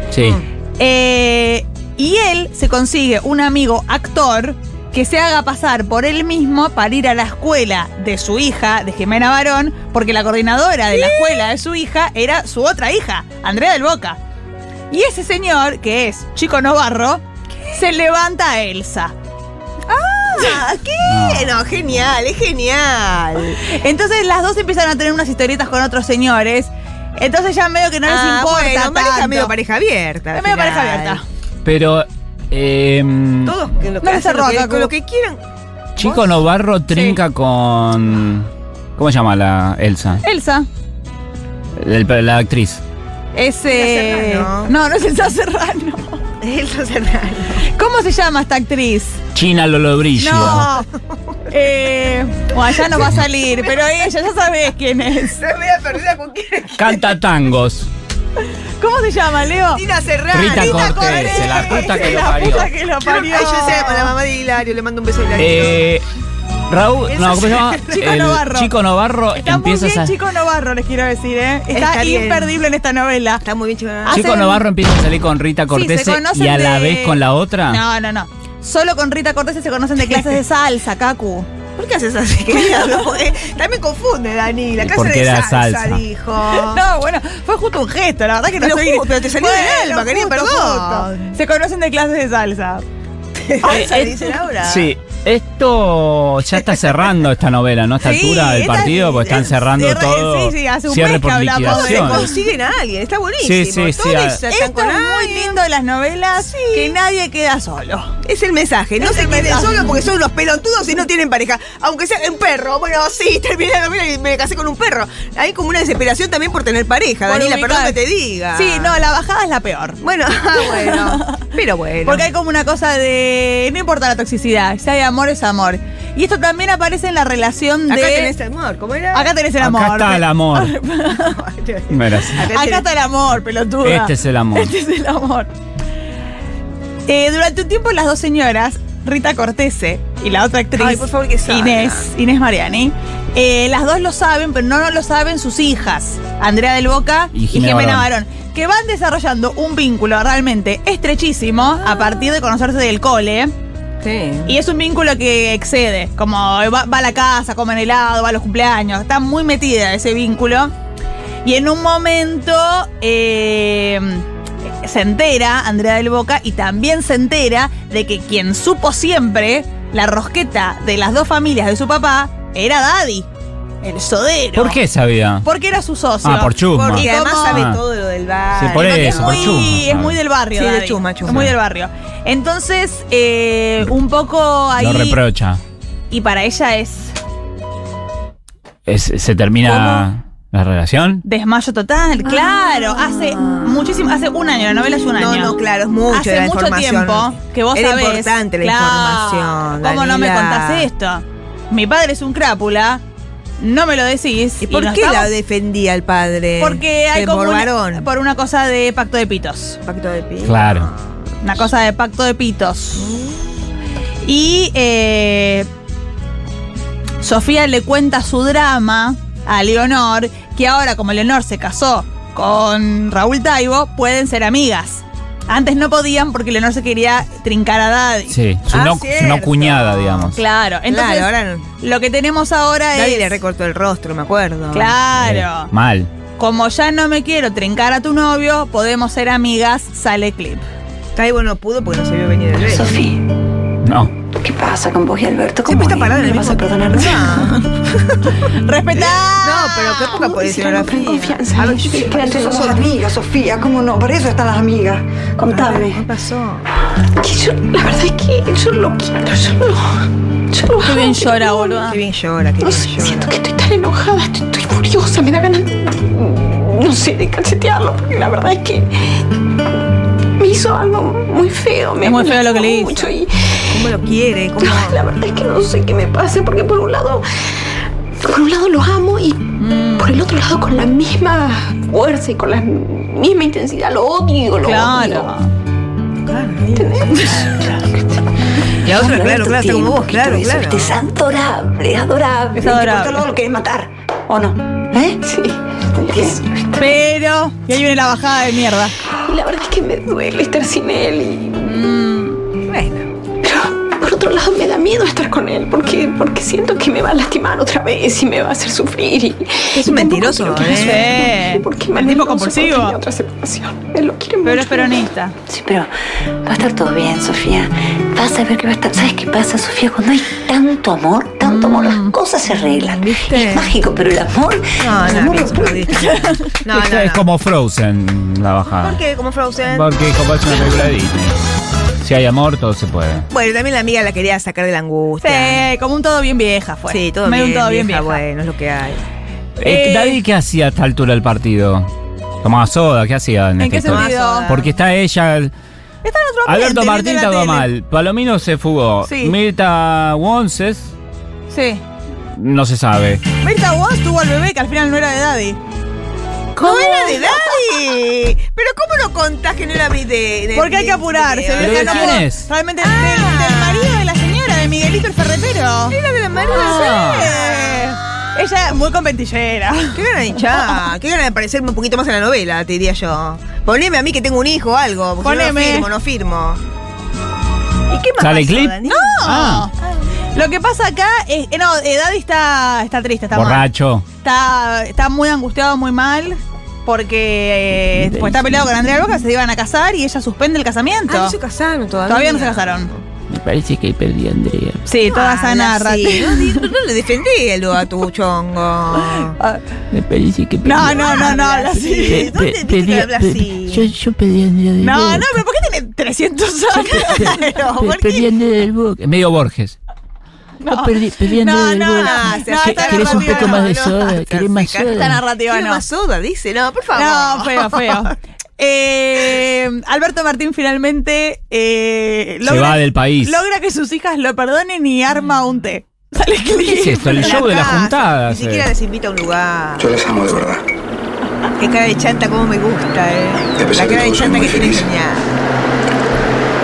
Speaker 6: Sí.
Speaker 5: Eh, y él se consigue un amigo actor que se haga pasar por él mismo para ir a la escuela de su hija, de Jimena Barón, porque la coordinadora de la escuela de su hija era su otra hija, Andrea del Boca. Y ese señor, que es Chico Novarro, se levanta a Elsa.
Speaker 4: Ah, ¿Qué? No, genial, es genial.
Speaker 5: Entonces las dos empiezan a tener unas historietas con otros señores. Entonces ya medio que no les
Speaker 4: Ah,
Speaker 5: importa.
Speaker 4: bueno, pareja
Speaker 5: tanto.
Speaker 4: medio pareja abierta. al
Speaker 5: Es medio pareja
Speaker 4: final.
Speaker 5: abierta.
Speaker 6: Pero. em,
Speaker 4: Todos que lo que,
Speaker 5: No les
Speaker 4: hacen, lo,
Speaker 5: arroga,
Speaker 4: que,
Speaker 5: como-
Speaker 4: lo [LAUGHS] que quieran.
Speaker 6: Chico Novarro trinca con. ¿Cómo se llama la Elsa?
Speaker 5: Elsa.
Speaker 6: El- la actriz.
Speaker 5: Es, eh,
Speaker 4: Serrano.
Speaker 5: No, no es Elsa Serrano.
Speaker 4: Elsa Serrano.
Speaker 5: ¿Cómo se llama esta actriz?
Speaker 6: China Lollobrigida.
Speaker 5: No. Eh, bueno, ya no va a salir, pero ella, ya sabes quién es.
Speaker 4: Se me ha perdido con quién.
Speaker 6: Canta tangos.
Speaker 5: ¿Cómo se llama, Leo?
Speaker 4: Tina Serrano.
Speaker 6: Rita Cortés,
Speaker 5: Cortés.
Speaker 6: se la puta que lo
Speaker 5: La
Speaker 6: parió.
Speaker 5: puta que lo
Speaker 4: Ay,
Speaker 5: parió.
Speaker 4: yo sé, a la mamá de Hilario le mando un beso a Hilario.
Speaker 6: Eh, Raúl. No, ¿cómo se llama?
Speaker 5: [LAUGHS] Chico
Speaker 6: El
Speaker 5: Novarro.
Speaker 6: Chico Novarro
Speaker 5: Está muy
Speaker 6: empieza
Speaker 5: bien,
Speaker 6: a.
Speaker 5: chico Novarro, les quiero decir, ¿eh? Está,
Speaker 4: Está bien.
Speaker 5: imperdible en esta novela.
Speaker 4: Está muy bien, chica.
Speaker 5: Ah,
Speaker 6: Chico
Speaker 5: hacen-
Speaker 6: Novarro empieza a salir con Rita Cortés
Speaker 5: se conocen
Speaker 6: y a la
Speaker 5: de-
Speaker 6: vez con la otra.
Speaker 5: No, no, no. Solo con Rita Cortés se conocen de clases de salsa, Kaku.
Speaker 4: ¿Por qué haces así, [LAUGHS] querida? No, porque- También confunde, Dani. La
Speaker 6: Y
Speaker 4: casa
Speaker 6: porque
Speaker 4: de
Speaker 6: era
Speaker 4: salsa,
Speaker 6: salsa.
Speaker 4: dijo.
Speaker 6: [LAUGHS]
Speaker 5: No, bueno, fue justo un gesto, la verdad que no
Speaker 4: Pero
Speaker 5: soy-
Speaker 4: ju- pero te salió del alma, querida, perdón.
Speaker 5: justo. Se conocen de clases de
Speaker 4: [LAUGHS]
Speaker 5: salsa. Eh,
Speaker 4: Salsa, dice Laura.
Speaker 6: Eh, Sí, esto ya está cerrando esta novela, ¿no? A esta
Speaker 5: Sí,
Speaker 6: altura del
Speaker 5: esta-
Speaker 6: partido, porque están cerrando
Speaker 5: cierre-
Speaker 6: todo.
Speaker 5: sí, sí, hace un
Speaker 6: cierre
Speaker 5: mes que
Speaker 6: por
Speaker 5: hablamos de
Speaker 4: Se
Speaker 6: liquidación.
Speaker 5: cosas.
Speaker 4: consiguen a alguien, está buenísimo.
Speaker 6: Sí, sí, sí,
Speaker 4: Todos
Speaker 6: a-
Speaker 4: se
Speaker 5: [LAUGHS] Esto es
Speaker 4: atan con
Speaker 5: muy
Speaker 4: alguien.
Speaker 5: lindo de las novelas,
Speaker 4: Sí.
Speaker 5: que nadie queda solo.
Speaker 4: Es el mensaje, no
Speaker 5: Es
Speaker 4: se
Speaker 5: el
Speaker 4: queden
Speaker 5: mensaje.
Speaker 4: solo porque son unos pelotudos y no tienen pareja. Aunque sea un perro, bueno, sí, [LAUGHS] terminé la novela y me casé con un perro. Hay como una desesperación también por tener pareja,
Speaker 5: Por
Speaker 4: Daniela,
Speaker 5: ubicar-
Speaker 4: perdón que te diga.
Speaker 5: Sí, no, la bajada es la peor.
Speaker 4: Bueno, [LAUGHS]
Speaker 5: [LAUGHS]
Speaker 4: ah, bueno, pero bueno.
Speaker 5: Porque hay como una cosa de. No importa la toxicidad, si hay amor es amor. Y esto también aparece en la relación
Speaker 4: Acá
Speaker 5: de.
Speaker 4: tenés amor, ¿cómo era?
Speaker 5: Acá
Speaker 4: [LAUGHS]
Speaker 5: tenés el
Speaker 6: Acá
Speaker 5: amor.
Speaker 6: está el amor.
Speaker 5: [LAUGHS]
Speaker 6: Gracias.
Speaker 4: Acá
Speaker 5: Acá
Speaker 4: tenés-
Speaker 5: está el amor, pelotuda.
Speaker 6: Este es el amor.
Speaker 5: Este es el amor. Eh, durante un tiempo las dos señoras, Rita Cortese y la otra actriz,
Speaker 4: Ay, por favor, que salga.
Speaker 5: Inés, Inés Mariani, eh, las dos lo saben, pero no lo saben sus hijas, Andrea del Boca
Speaker 6: Y
Speaker 5: y
Speaker 6: Jimena
Speaker 5: Jimena
Speaker 6: Barón.
Speaker 5: Barón, que van desarrollando un vínculo realmente estrechísimo
Speaker 4: Ah.
Speaker 5: a partir de conocerse del cole. Y es un vínculo que excede, como va, va a la casa, comen helado, va a los cumpleaños, está muy metida ese vínculo. Y en un momento eh, se entera Andrea del Boca y también se entera de que quien supo siempre la rosqueta de las dos familias de su papá era Daddy. El sodero.
Speaker 6: ¿Por qué sabía?
Speaker 5: Porque era su socio.
Speaker 6: Ah, por chusma.
Speaker 5: Porque
Speaker 6: Y
Speaker 5: además sabe todo.
Speaker 4: lo del bar.
Speaker 6: Sí, por
Speaker 5: Porque
Speaker 6: eso, por
Speaker 5: es,
Speaker 6: chusma,
Speaker 5: muy, es
Speaker 6: sabe.
Speaker 5: muy del barrio.
Speaker 4: Sí, de
Speaker 5: Daddy.
Speaker 4: chusma, chusma.
Speaker 5: Es muy del barrio. Entonces, eh, un poco ahí.
Speaker 6: Lo reprocha.
Speaker 5: y para ella es
Speaker 6: Es- ¿Se termina la relación?
Speaker 5: desmayo total. Claro, hace muchísimo, hace un año, la novela es un
Speaker 4: Ah. No,
Speaker 5: año.
Speaker 4: no, claro, es mucho
Speaker 5: hace
Speaker 4: la
Speaker 5: mucho
Speaker 4: información.
Speaker 5: tiempo que vos
Speaker 4: Era
Speaker 5: sabés.
Speaker 4: importante la
Speaker 5: Claro,
Speaker 4: información.
Speaker 5: ¿Cómo no me
Speaker 4: Daniela.
Speaker 5: contás esto? Mi padre es un crápula, no me lo decís.
Speaker 4: ¿Y por
Speaker 5: nos
Speaker 4: qué la
Speaker 5: estamos-
Speaker 4: defendía el padre?
Speaker 5: Porque hay
Speaker 4: De
Speaker 5: como
Speaker 4: por
Speaker 5: una-
Speaker 4: varón.
Speaker 5: por una cosa de pacto de pitos.
Speaker 4: Pacto de pi.
Speaker 6: Claro.
Speaker 5: Una cosa de pacto de pitos. Y eh, Sofía le cuenta su drama a Leonor, que ahora como Leonor se casó con Raúl Taibo, pueden ser amigas. Antes no podían porque Leonor se quería trincar a Daddy.
Speaker 6: Sí. Su,
Speaker 4: Ah,
Speaker 6: no, su no
Speaker 4: cierto.
Speaker 6: cuñada, digamos.
Speaker 5: Claro, entonces
Speaker 4: claro, ahora no.
Speaker 5: lo que tenemos ahora
Speaker 4: Nadie
Speaker 5: es...
Speaker 4: le recortó el rostro, me acuerdo.
Speaker 5: Claro.
Speaker 6: Eh, mal.
Speaker 5: Como ya no me quiero trincar a tu novio, podemos ser amigas, sale clip.
Speaker 4: Taibo no pudo porque no se vio venir el beso.
Speaker 7: Sofía,
Speaker 6: No.
Speaker 7: ¿qué pasa con vos y Alberto? ¿Cómo
Speaker 4: Siempre está
Speaker 7: es?
Speaker 4: parada en
Speaker 7: ¿Me
Speaker 4: el
Speaker 7: vas a
Speaker 4: mismo
Speaker 7: perdonar?
Speaker 4: [LAUGHS] No,
Speaker 6: Mm,
Speaker 5: ¡Respetá!
Speaker 4: no, pero qué poca
Speaker 7: Con
Speaker 4: poesía.
Speaker 7: confianza. A ver,
Speaker 9: somos amigas, Sofía, ¿cómo no? Por eso están las amigas.
Speaker 4: ¿Qué pasó?
Speaker 7: que yo, la verdad es que yo lo quiero, yo no. Yo lo
Speaker 5: Qué
Speaker 7: amo,
Speaker 5: bien llora, boludo.
Speaker 4: Qué bien llora, qué
Speaker 7: Ah. No
Speaker 4: bien
Speaker 7: sé, siento
Speaker 4: llora.
Speaker 7: que estoy tan enojada, estoy, estoy furiosa, me da ganas, no sé, de calcetearlo, porque la verdad es que me hizo algo muy feo. Me
Speaker 5: Es muy feo lo que le hizo.
Speaker 7: mucho y
Speaker 4: ¿Cómo lo quiere? ¿Cómo?
Speaker 7: ay, la verdad es que no sé qué me pase, porque por un lado, por un lado lo amo y por el otro lado con la misma fuerza y con la misma intensidad lo odio, lo
Speaker 5: Claro.
Speaker 4: La otra, claro,
Speaker 7: Alberto
Speaker 4: claro, está
Speaker 7: tiene
Speaker 4: como
Speaker 7: un
Speaker 4: vos,
Speaker 7: poquito
Speaker 4: claro,
Speaker 7: de eso,
Speaker 4: claro.
Speaker 7: usted Es adorable, adorable.
Speaker 5: Es adorable.
Speaker 7: Y Por otro lado lo querés matar, ¿o no? ¿Eh? Sí. Es-
Speaker 5: Pero. Y ahí viene la bajada de mierda.
Speaker 7: y la verdad es que me duele estar sin él y... mm,
Speaker 4: Bueno,
Speaker 7: Pero por otro lado me da miedo estar con él porque, porque siento que me va a lastimar otra vez y me va a hacer sufrir. Y,
Speaker 4: Es un mentiroso,
Speaker 5: ¿eh?
Speaker 7: Porque
Speaker 5: Sí.
Speaker 7: me
Speaker 5: El tipo
Speaker 7: no
Speaker 5: compulsivo.
Speaker 7: soportaría otra separación. Él lo quiere
Speaker 5: Pero
Speaker 7: mucho.
Speaker 5: es peronista.
Speaker 9: Sí, pero va a estar todo bien, Sofía. Vas a ver que va a estar. ¿Sabes qué pasa, Sofía? Cuando hay tanto amor, tanto amor,
Speaker 5: Mm.
Speaker 9: las cosas se arreglan.
Speaker 4: ¿Viste?
Speaker 9: Es mágico, pero el amor.
Speaker 4: no,
Speaker 9: el
Speaker 4: no,
Speaker 9: amor
Speaker 4: bien
Speaker 9: lo puede-
Speaker 4: lloradita. no,
Speaker 6: Esta
Speaker 4: no,
Speaker 6: es
Speaker 4: no.
Speaker 6: como Frozen la bajada.
Speaker 4: ¿Por qué? ¿Cómo Frozen?
Speaker 6: Porque como es una película de Disney. Si hay amor, todo se puede.
Speaker 4: Bueno, también la amiga la quería sacar de la angustia.
Speaker 5: Sí, como un todo bien vieja fue.
Speaker 4: Sí, todo
Speaker 5: Medio
Speaker 4: bien,
Speaker 5: un todo bien
Speaker 4: vieja,
Speaker 5: vieja.
Speaker 4: bueno, es lo que hay.
Speaker 6: Eh,
Speaker 5: Eh.
Speaker 6: Daddy, ¿qué hacía a esta altura del partido? Tomaba soda, ¿qué hacía en,
Speaker 5: ¿En
Speaker 6: esta
Speaker 5: qué
Speaker 6: historia?
Speaker 5: sentido?
Speaker 6: Porque está ella.
Speaker 5: Está en otro ambiente,
Speaker 6: Alberto
Speaker 5: viendo
Speaker 6: Martín
Speaker 5: la
Speaker 6: estaba
Speaker 5: tele.
Speaker 6: mal. Palomino se fugó.
Speaker 5: Sí.
Speaker 6: Mirta Wonses,
Speaker 5: Sí.
Speaker 6: no se sabe.
Speaker 5: Mirta Vos tuvo al bebé que al final no era de Daddy.
Speaker 4: ¿Cómo era de Daddy? Pero ¿cómo no contás que no era de, de-
Speaker 5: Porque hay que
Speaker 4: de-
Speaker 5: apurarse.
Speaker 4: de- Ah.
Speaker 6: ¿Pero
Speaker 5: vieja,
Speaker 6: de
Speaker 5: no
Speaker 6: quién
Speaker 5: puedo-
Speaker 6: es?
Speaker 5: Realmente del- del, marido de la señora, de Miguelito el ferretero. Era de la marido.
Speaker 6: Ah.
Speaker 5: Ella muy competillera.
Speaker 4: Qué gana de hinchar, qué gana de parecerme un poquito más a la novela, te diría yo. Poneme a mí que tengo un hijo o algo, porque si no,
Speaker 5: Poneme.
Speaker 4: no firmo, no firmo. ¿Y qué más
Speaker 6: ¿Sale
Speaker 4: pasó,
Speaker 6: clip?
Speaker 4: Dani?
Speaker 6: Ah.
Speaker 5: Lo que pasa acá es. eh, no, eh, Daddy está, está triste, está mal.
Speaker 6: Borracho.
Speaker 5: está, está muy angustiado, muy mal. Porque eh, pues está peleado con Andrea Roca, se iban a casar y ella suspende el casamiento.
Speaker 4: Ah, no se casaron todavía.
Speaker 5: Todavía no se casaron.
Speaker 6: Me parece que ahí perdí a Andrea.
Speaker 5: Sí, toda esa
Speaker 4: Habla
Speaker 5: narrativa.
Speaker 4: así, Ah, No, di- no le defendíelo a tu
Speaker 5: [LAUGHS]
Speaker 4: chongo.
Speaker 5: Ah,
Speaker 6: Me parece que perdí.
Speaker 5: No, no, no, no, habla así.
Speaker 4: ¿Dónde viste que habla así?
Speaker 6: perdí a Andrea del
Speaker 5: No, no, pero ¿por qué tiene 300 años? [LAUGHS] Claro, ¿por qué?
Speaker 6: Andrea del Boca. Medio Borges.
Speaker 5: No,
Speaker 6: perdí- perdí a
Speaker 5: no,
Speaker 6: Andrea del
Speaker 5: no,
Speaker 6: Boca.
Speaker 5: no,
Speaker 4: ¿Qué-
Speaker 5: esta
Speaker 4: querés un
Speaker 5: narrativa
Speaker 4: poco más de
Speaker 5: no,
Speaker 4: soda? ¿Querés más
Speaker 5: Esta
Speaker 4: soda?
Speaker 5: narrativa
Speaker 4: Quiero
Speaker 5: no.
Speaker 4: más soda, dice. No, por favor.
Speaker 5: No, feo, feo. [LAUGHS]
Speaker 4: [LAUGHS]
Speaker 5: Eh, Alberto Martín finalmente eh,
Speaker 6: Se va del país.
Speaker 5: logra que sus hijas lo perdonen y arma un té. Sale
Speaker 6: ¿Qué es
Speaker 5: clip.
Speaker 6: esto? El show de eh. la
Speaker 4: casa,
Speaker 6: juntada.
Speaker 4: Ni
Speaker 6: se-
Speaker 4: siquiera les invita a un lugar.
Speaker 8: Yo las amo de verdad.
Speaker 4: Qué cara de chanta, como me gusta, eh.
Speaker 8: Y a pesar de
Speaker 4: La cara de
Speaker 8: todo, soy
Speaker 4: chanta
Speaker 8: muy
Speaker 4: que tiene
Speaker 8: feliz.
Speaker 4: genial.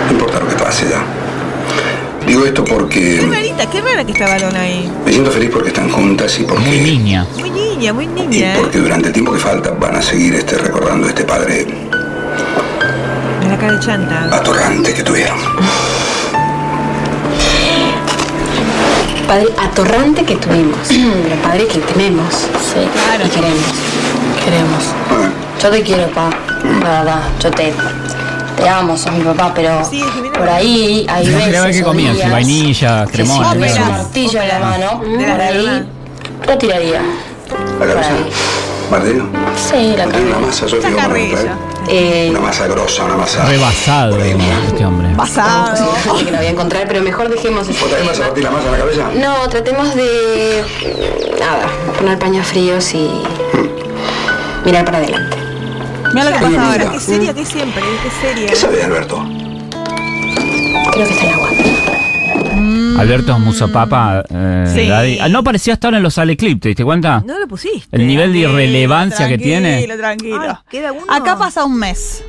Speaker 8: No importa lo que pase ya. Digo esto
Speaker 4: Qué
Speaker 8: porque
Speaker 4: rarita, qué rara que está varón ahí.
Speaker 8: me siento feliz porque están juntas y
Speaker 6: Muy
Speaker 8: porque,
Speaker 6: niña.
Speaker 4: Muy niña, muy
Speaker 8: y
Speaker 4: niña, eh.
Speaker 8: porque durante el tiempo que falta van a seguir este, recordando este padre
Speaker 4: Es la cara de chanta.
Speaker 8: atorrante que tuvieron.
Speaker 7: Padre atorrante que tuvimos, [CLEARS THROAT] pero padre que tenemos. Sí, claro. queremos, queremos.
Speaker 8: Ah,
Speaker 7: Yo te quiero, papá. La verdad, yo te, te amo, sos mi papá, pero
Speaker 4: Sí, sí, mira.
Speaker 7: por ahí hay
Speaker 6: No
Speaker 7: veces
Speaker 6: que
Speaker 7: o
Speaker 6: comían,
Speaker 7: días
Speaker 6: vainilla, cremón.
Speaker 7: que si tenés un
Speaker 4: Ópera.
Speaker 7: martillo en la mano,
Speaker 4: De la
Speaker 7: por ahí
Speaker 4: verdad.
Speaker 7: La tiraría.
Speaker 8: ¿La cabeza? ¿Bardero?
Speaker 7: Sí, la
Speaker 8: Tiene una masa, yo
Speaker 5: Esa
Speaker 8: digo, para
Speaker 5: carrilla.
Speaker 8: romper.
Speaker 7: Eh,
Speaker 8: Una masa grosa, una masa.
Speaker 6: Rebasado, digamos, este hombre.
Speaker 5: [LAUGHS] Pasado.
Speaker 7: Gente que la voy a encontrar, pero mejor dejemos este. eso.
Speaker 8: ¿Vos también vas a partir la masa en la cabeza?
Speaker 7: No, tratemos de. Nada, poner paños fríos y.
Speaker 4: Hmm.
Speaker 7: mirar para adelante.
Speaker 5: Mira lo que pasa ahora.
Speaker 8: mira.
Speaker 5: Qué seria que es siempre, qué seria.
Speaker 8: ¿Qué sabés, Alberto?
Speaker 7: Creo que está el agua.
Speaker 6: Alberto Musopapa, eh,
Speaker 5: Mm. Sí.
Speaker 6: Daddy. Ah, No apareció hasta ahora en los Aleclip, ¿te diste cuenta?
Speaker 4: No lo pusiste.
Speaker 6: El nivel de irrelevancia que
Speaker 5: Tranquilo,
Speaker 6: tiene.
Speaker 5: Tranquilo,
Speaker 4: Ay,
Speaker 5: tranquilo.
Speaker 4: queda uno.
Speaker 5: Acá pasa un mes.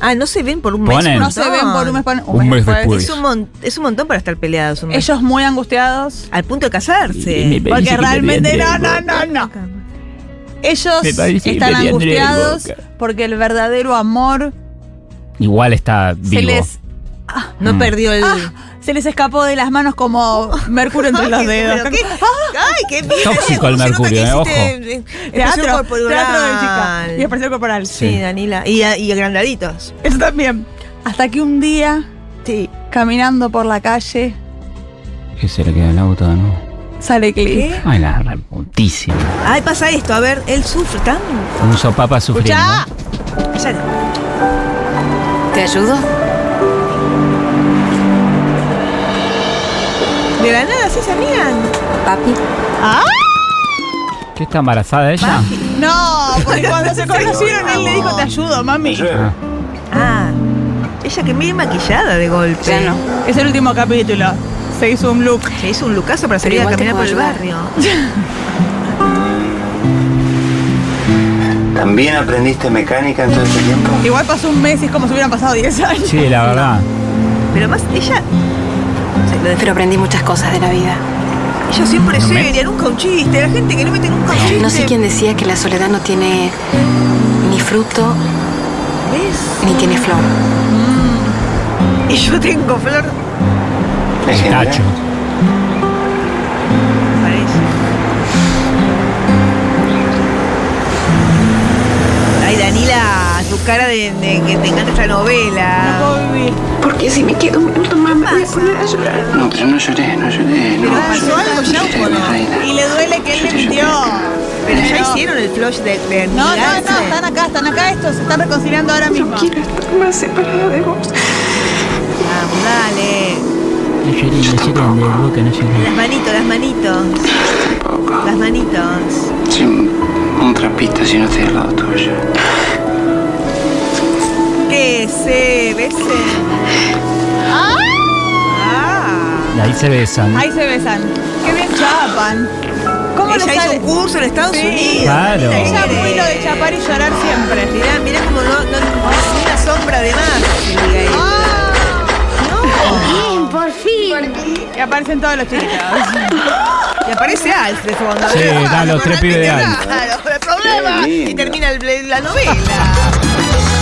Speaker 4: Ah, no se ven por un
Speaker 6: Ponen.
Speaker 4: mes.
Speaker 5: No se ven por un mes. ponen-
Speaker 6: Un mes
Speaker 5: pues,
Speaker 6: después.
Speaker 4: Es un, mon- es un montón para estar peleados. un mes.
Speaker 5: Ellos muy angustiados.
Speaker 4: Al punto de casarse.
Speaker 6: Y- y me- Parece
Speaker 5: Porque
Speaker 6: que me
Speaker 5: realmente no,
Speaker 6: vean de
Speaker 5: no, no, no. Ellos
Speaker 6: Me parece que
Speaker 5: están
Speaker 6: me vean de
Speaker 5: angustiados
Speaker 6: boca.
Speaker 5: porque el verdadero amor
Speaker 6: Igual está vivo.
Speaker 5: se les
Speaker 4: No
Speaker 6: Mm.
Speaker 4: perdió el.
Speaker 5: se les escapó de de las manos como mercurio entre los
Speaker 4: [LAUGHS] Ay,
Speaker 5: dedos. Ah,
Speaker 4: pero qué-
Speaker 5: [LAUGHS]
Speaker 4: Ay, qué bien.
Speaker 6: Tóxico el
Speaker 4: Se nota
Speaker 6: mercurio,
Speaker 4: que
Speaker 6: eh,
Speaker 4: hiciste, eh, expresión
Speaker 5: Teatro,
Speaker 4: corporal.
Speaker 5: teatro de chica. Y expresión corporal.
Speaker 4: Sí, Danila. Y, y agrandaditos.
Speaker 5: Eso también. Hasta que un día,
Speaker 4: Sí.
Speaker 5: caminando por la calle,
Speaker 6: ¿Qué se le queda el auto de nuevo?
Speaker 5: sale Cliff. [LAUGHS]
Speaker 6: Ay, la reputísima.
Speaker 4: Ay, pasa esto. A ver, él sufre tanto.
Speaker 6: Un sopapa sufriendo.
Speaker 5: Escuchá.
Speaker 4: Ya-
Speaker 9: ¿Te ayudo?
Speaker 4: De la nada, sí se amigan.
Speaker 9: Papi.
Speaker 6: ¿Qué está embarazada ella?
Speaker 5: No, porque cuando se conocieron él le dijo te ayudo, mami.
Speaker 4: Ah. Ella que medio maquillada de golpe.
Speaker 9: Ya no.
Speaker 5: Es el último capítulo. Se hizo un look.
Speaker 4: Se hizo un lucazo para salir
Speaker 9: Pero
Speaker 4: a
Speaker 9: igual te
Speaker 4: caminar por el
Speaker 9: puedo
Speaker 4: barrio.
Speaker 11: ¿También aprendiste mecánica en todo este tiempo?
Speaker 5: Igual pasó un mes y es como si hubieran pasado 10
Speaker 4: [LAUGHS]
Speaker 5: años.
Speaker 6: Sí, la verdad.
Speaker 4: Pero más, ella. se lo def-
Speaker 9: Pero aprendí muchas cosas de la vida.
Speaker 4: Ella siempre
Speaker 6: No me-
Speaker 4: seria, nunca un chiste. La gente que no mete nunca un chiste.
Speaker 9: No sé quién decía que la soledad no tiene ni fruto
Speaker 4: ¿Ves?
Speaker 9: ni tiene flor.
Speaker 4: Y yo tengo flor.
Speaker 11: En general.
Speaker 6: Tacho.
Speaker 4: Parece. Ay, Danila, tu cara de, de que te encanta esta novela.
Speaker 7: Porque si me quedo un minuto más me voy a poner a llorar.
Speaker 11: No, pero no lloré, no lloré, no.
Speaker 4: pasó algo ya,
Speaker 11: lloré,
Speaker 4: ¿o no?
Speaker 11: mi reina.
Speaker 5: Y le duele que él le mintió.
Speaker 4: Pero ya
Speaker 5: No.
Speaker 4: hicieron el flash de, de
Speaker 5: No, no, no,
Speaker 4: amigarse.
Speaker 5: están acá, están acá estos, se están reconciliando ahora mismo.
Speaker 7: No quiero estar más separada de vos.
Speaker 4: Vamos, dale. Las manitos, las manitos. Las manitos.
Speaker 11: Sin un trapito si no estoy al lado tuyo.
Speaker 4: Que se besen. Ah.
Speaker 6: Y ahí se besan.
Speaker 5: Ahí se besan. Qué bien chapan. ¿Cómo
Speaker 4: Ella
Speaker 5: le
Speaker 4: hizo
Speaker 5: sale?
Speaker 4: un curso en Estados
Speaker 5: Sí.
Speaker 4: Unidos.
Speaker 6: Claro.
Speaker 5: Ella
Speaker 4: Mira,
Speaker 5: muy lo de chapar y llorar siempre.
Speaker 4: Mirá, mirá como no, no, ni una sombra de más. Abigail.
Speaker 7: Por fin.
Speaker 5: Y aparecen todos los chiquitos.
Speaker 4: Y aparece Alf de fondo.
Speaker 6: Sí,
Speaker 4: ¿verdad?
Speaker 6: dan los tres pibes de Alf.
Speaker 4: Claro, el problema.
Speaker 11: Qué lindo.
Speaker 4: Y termina el- la novela.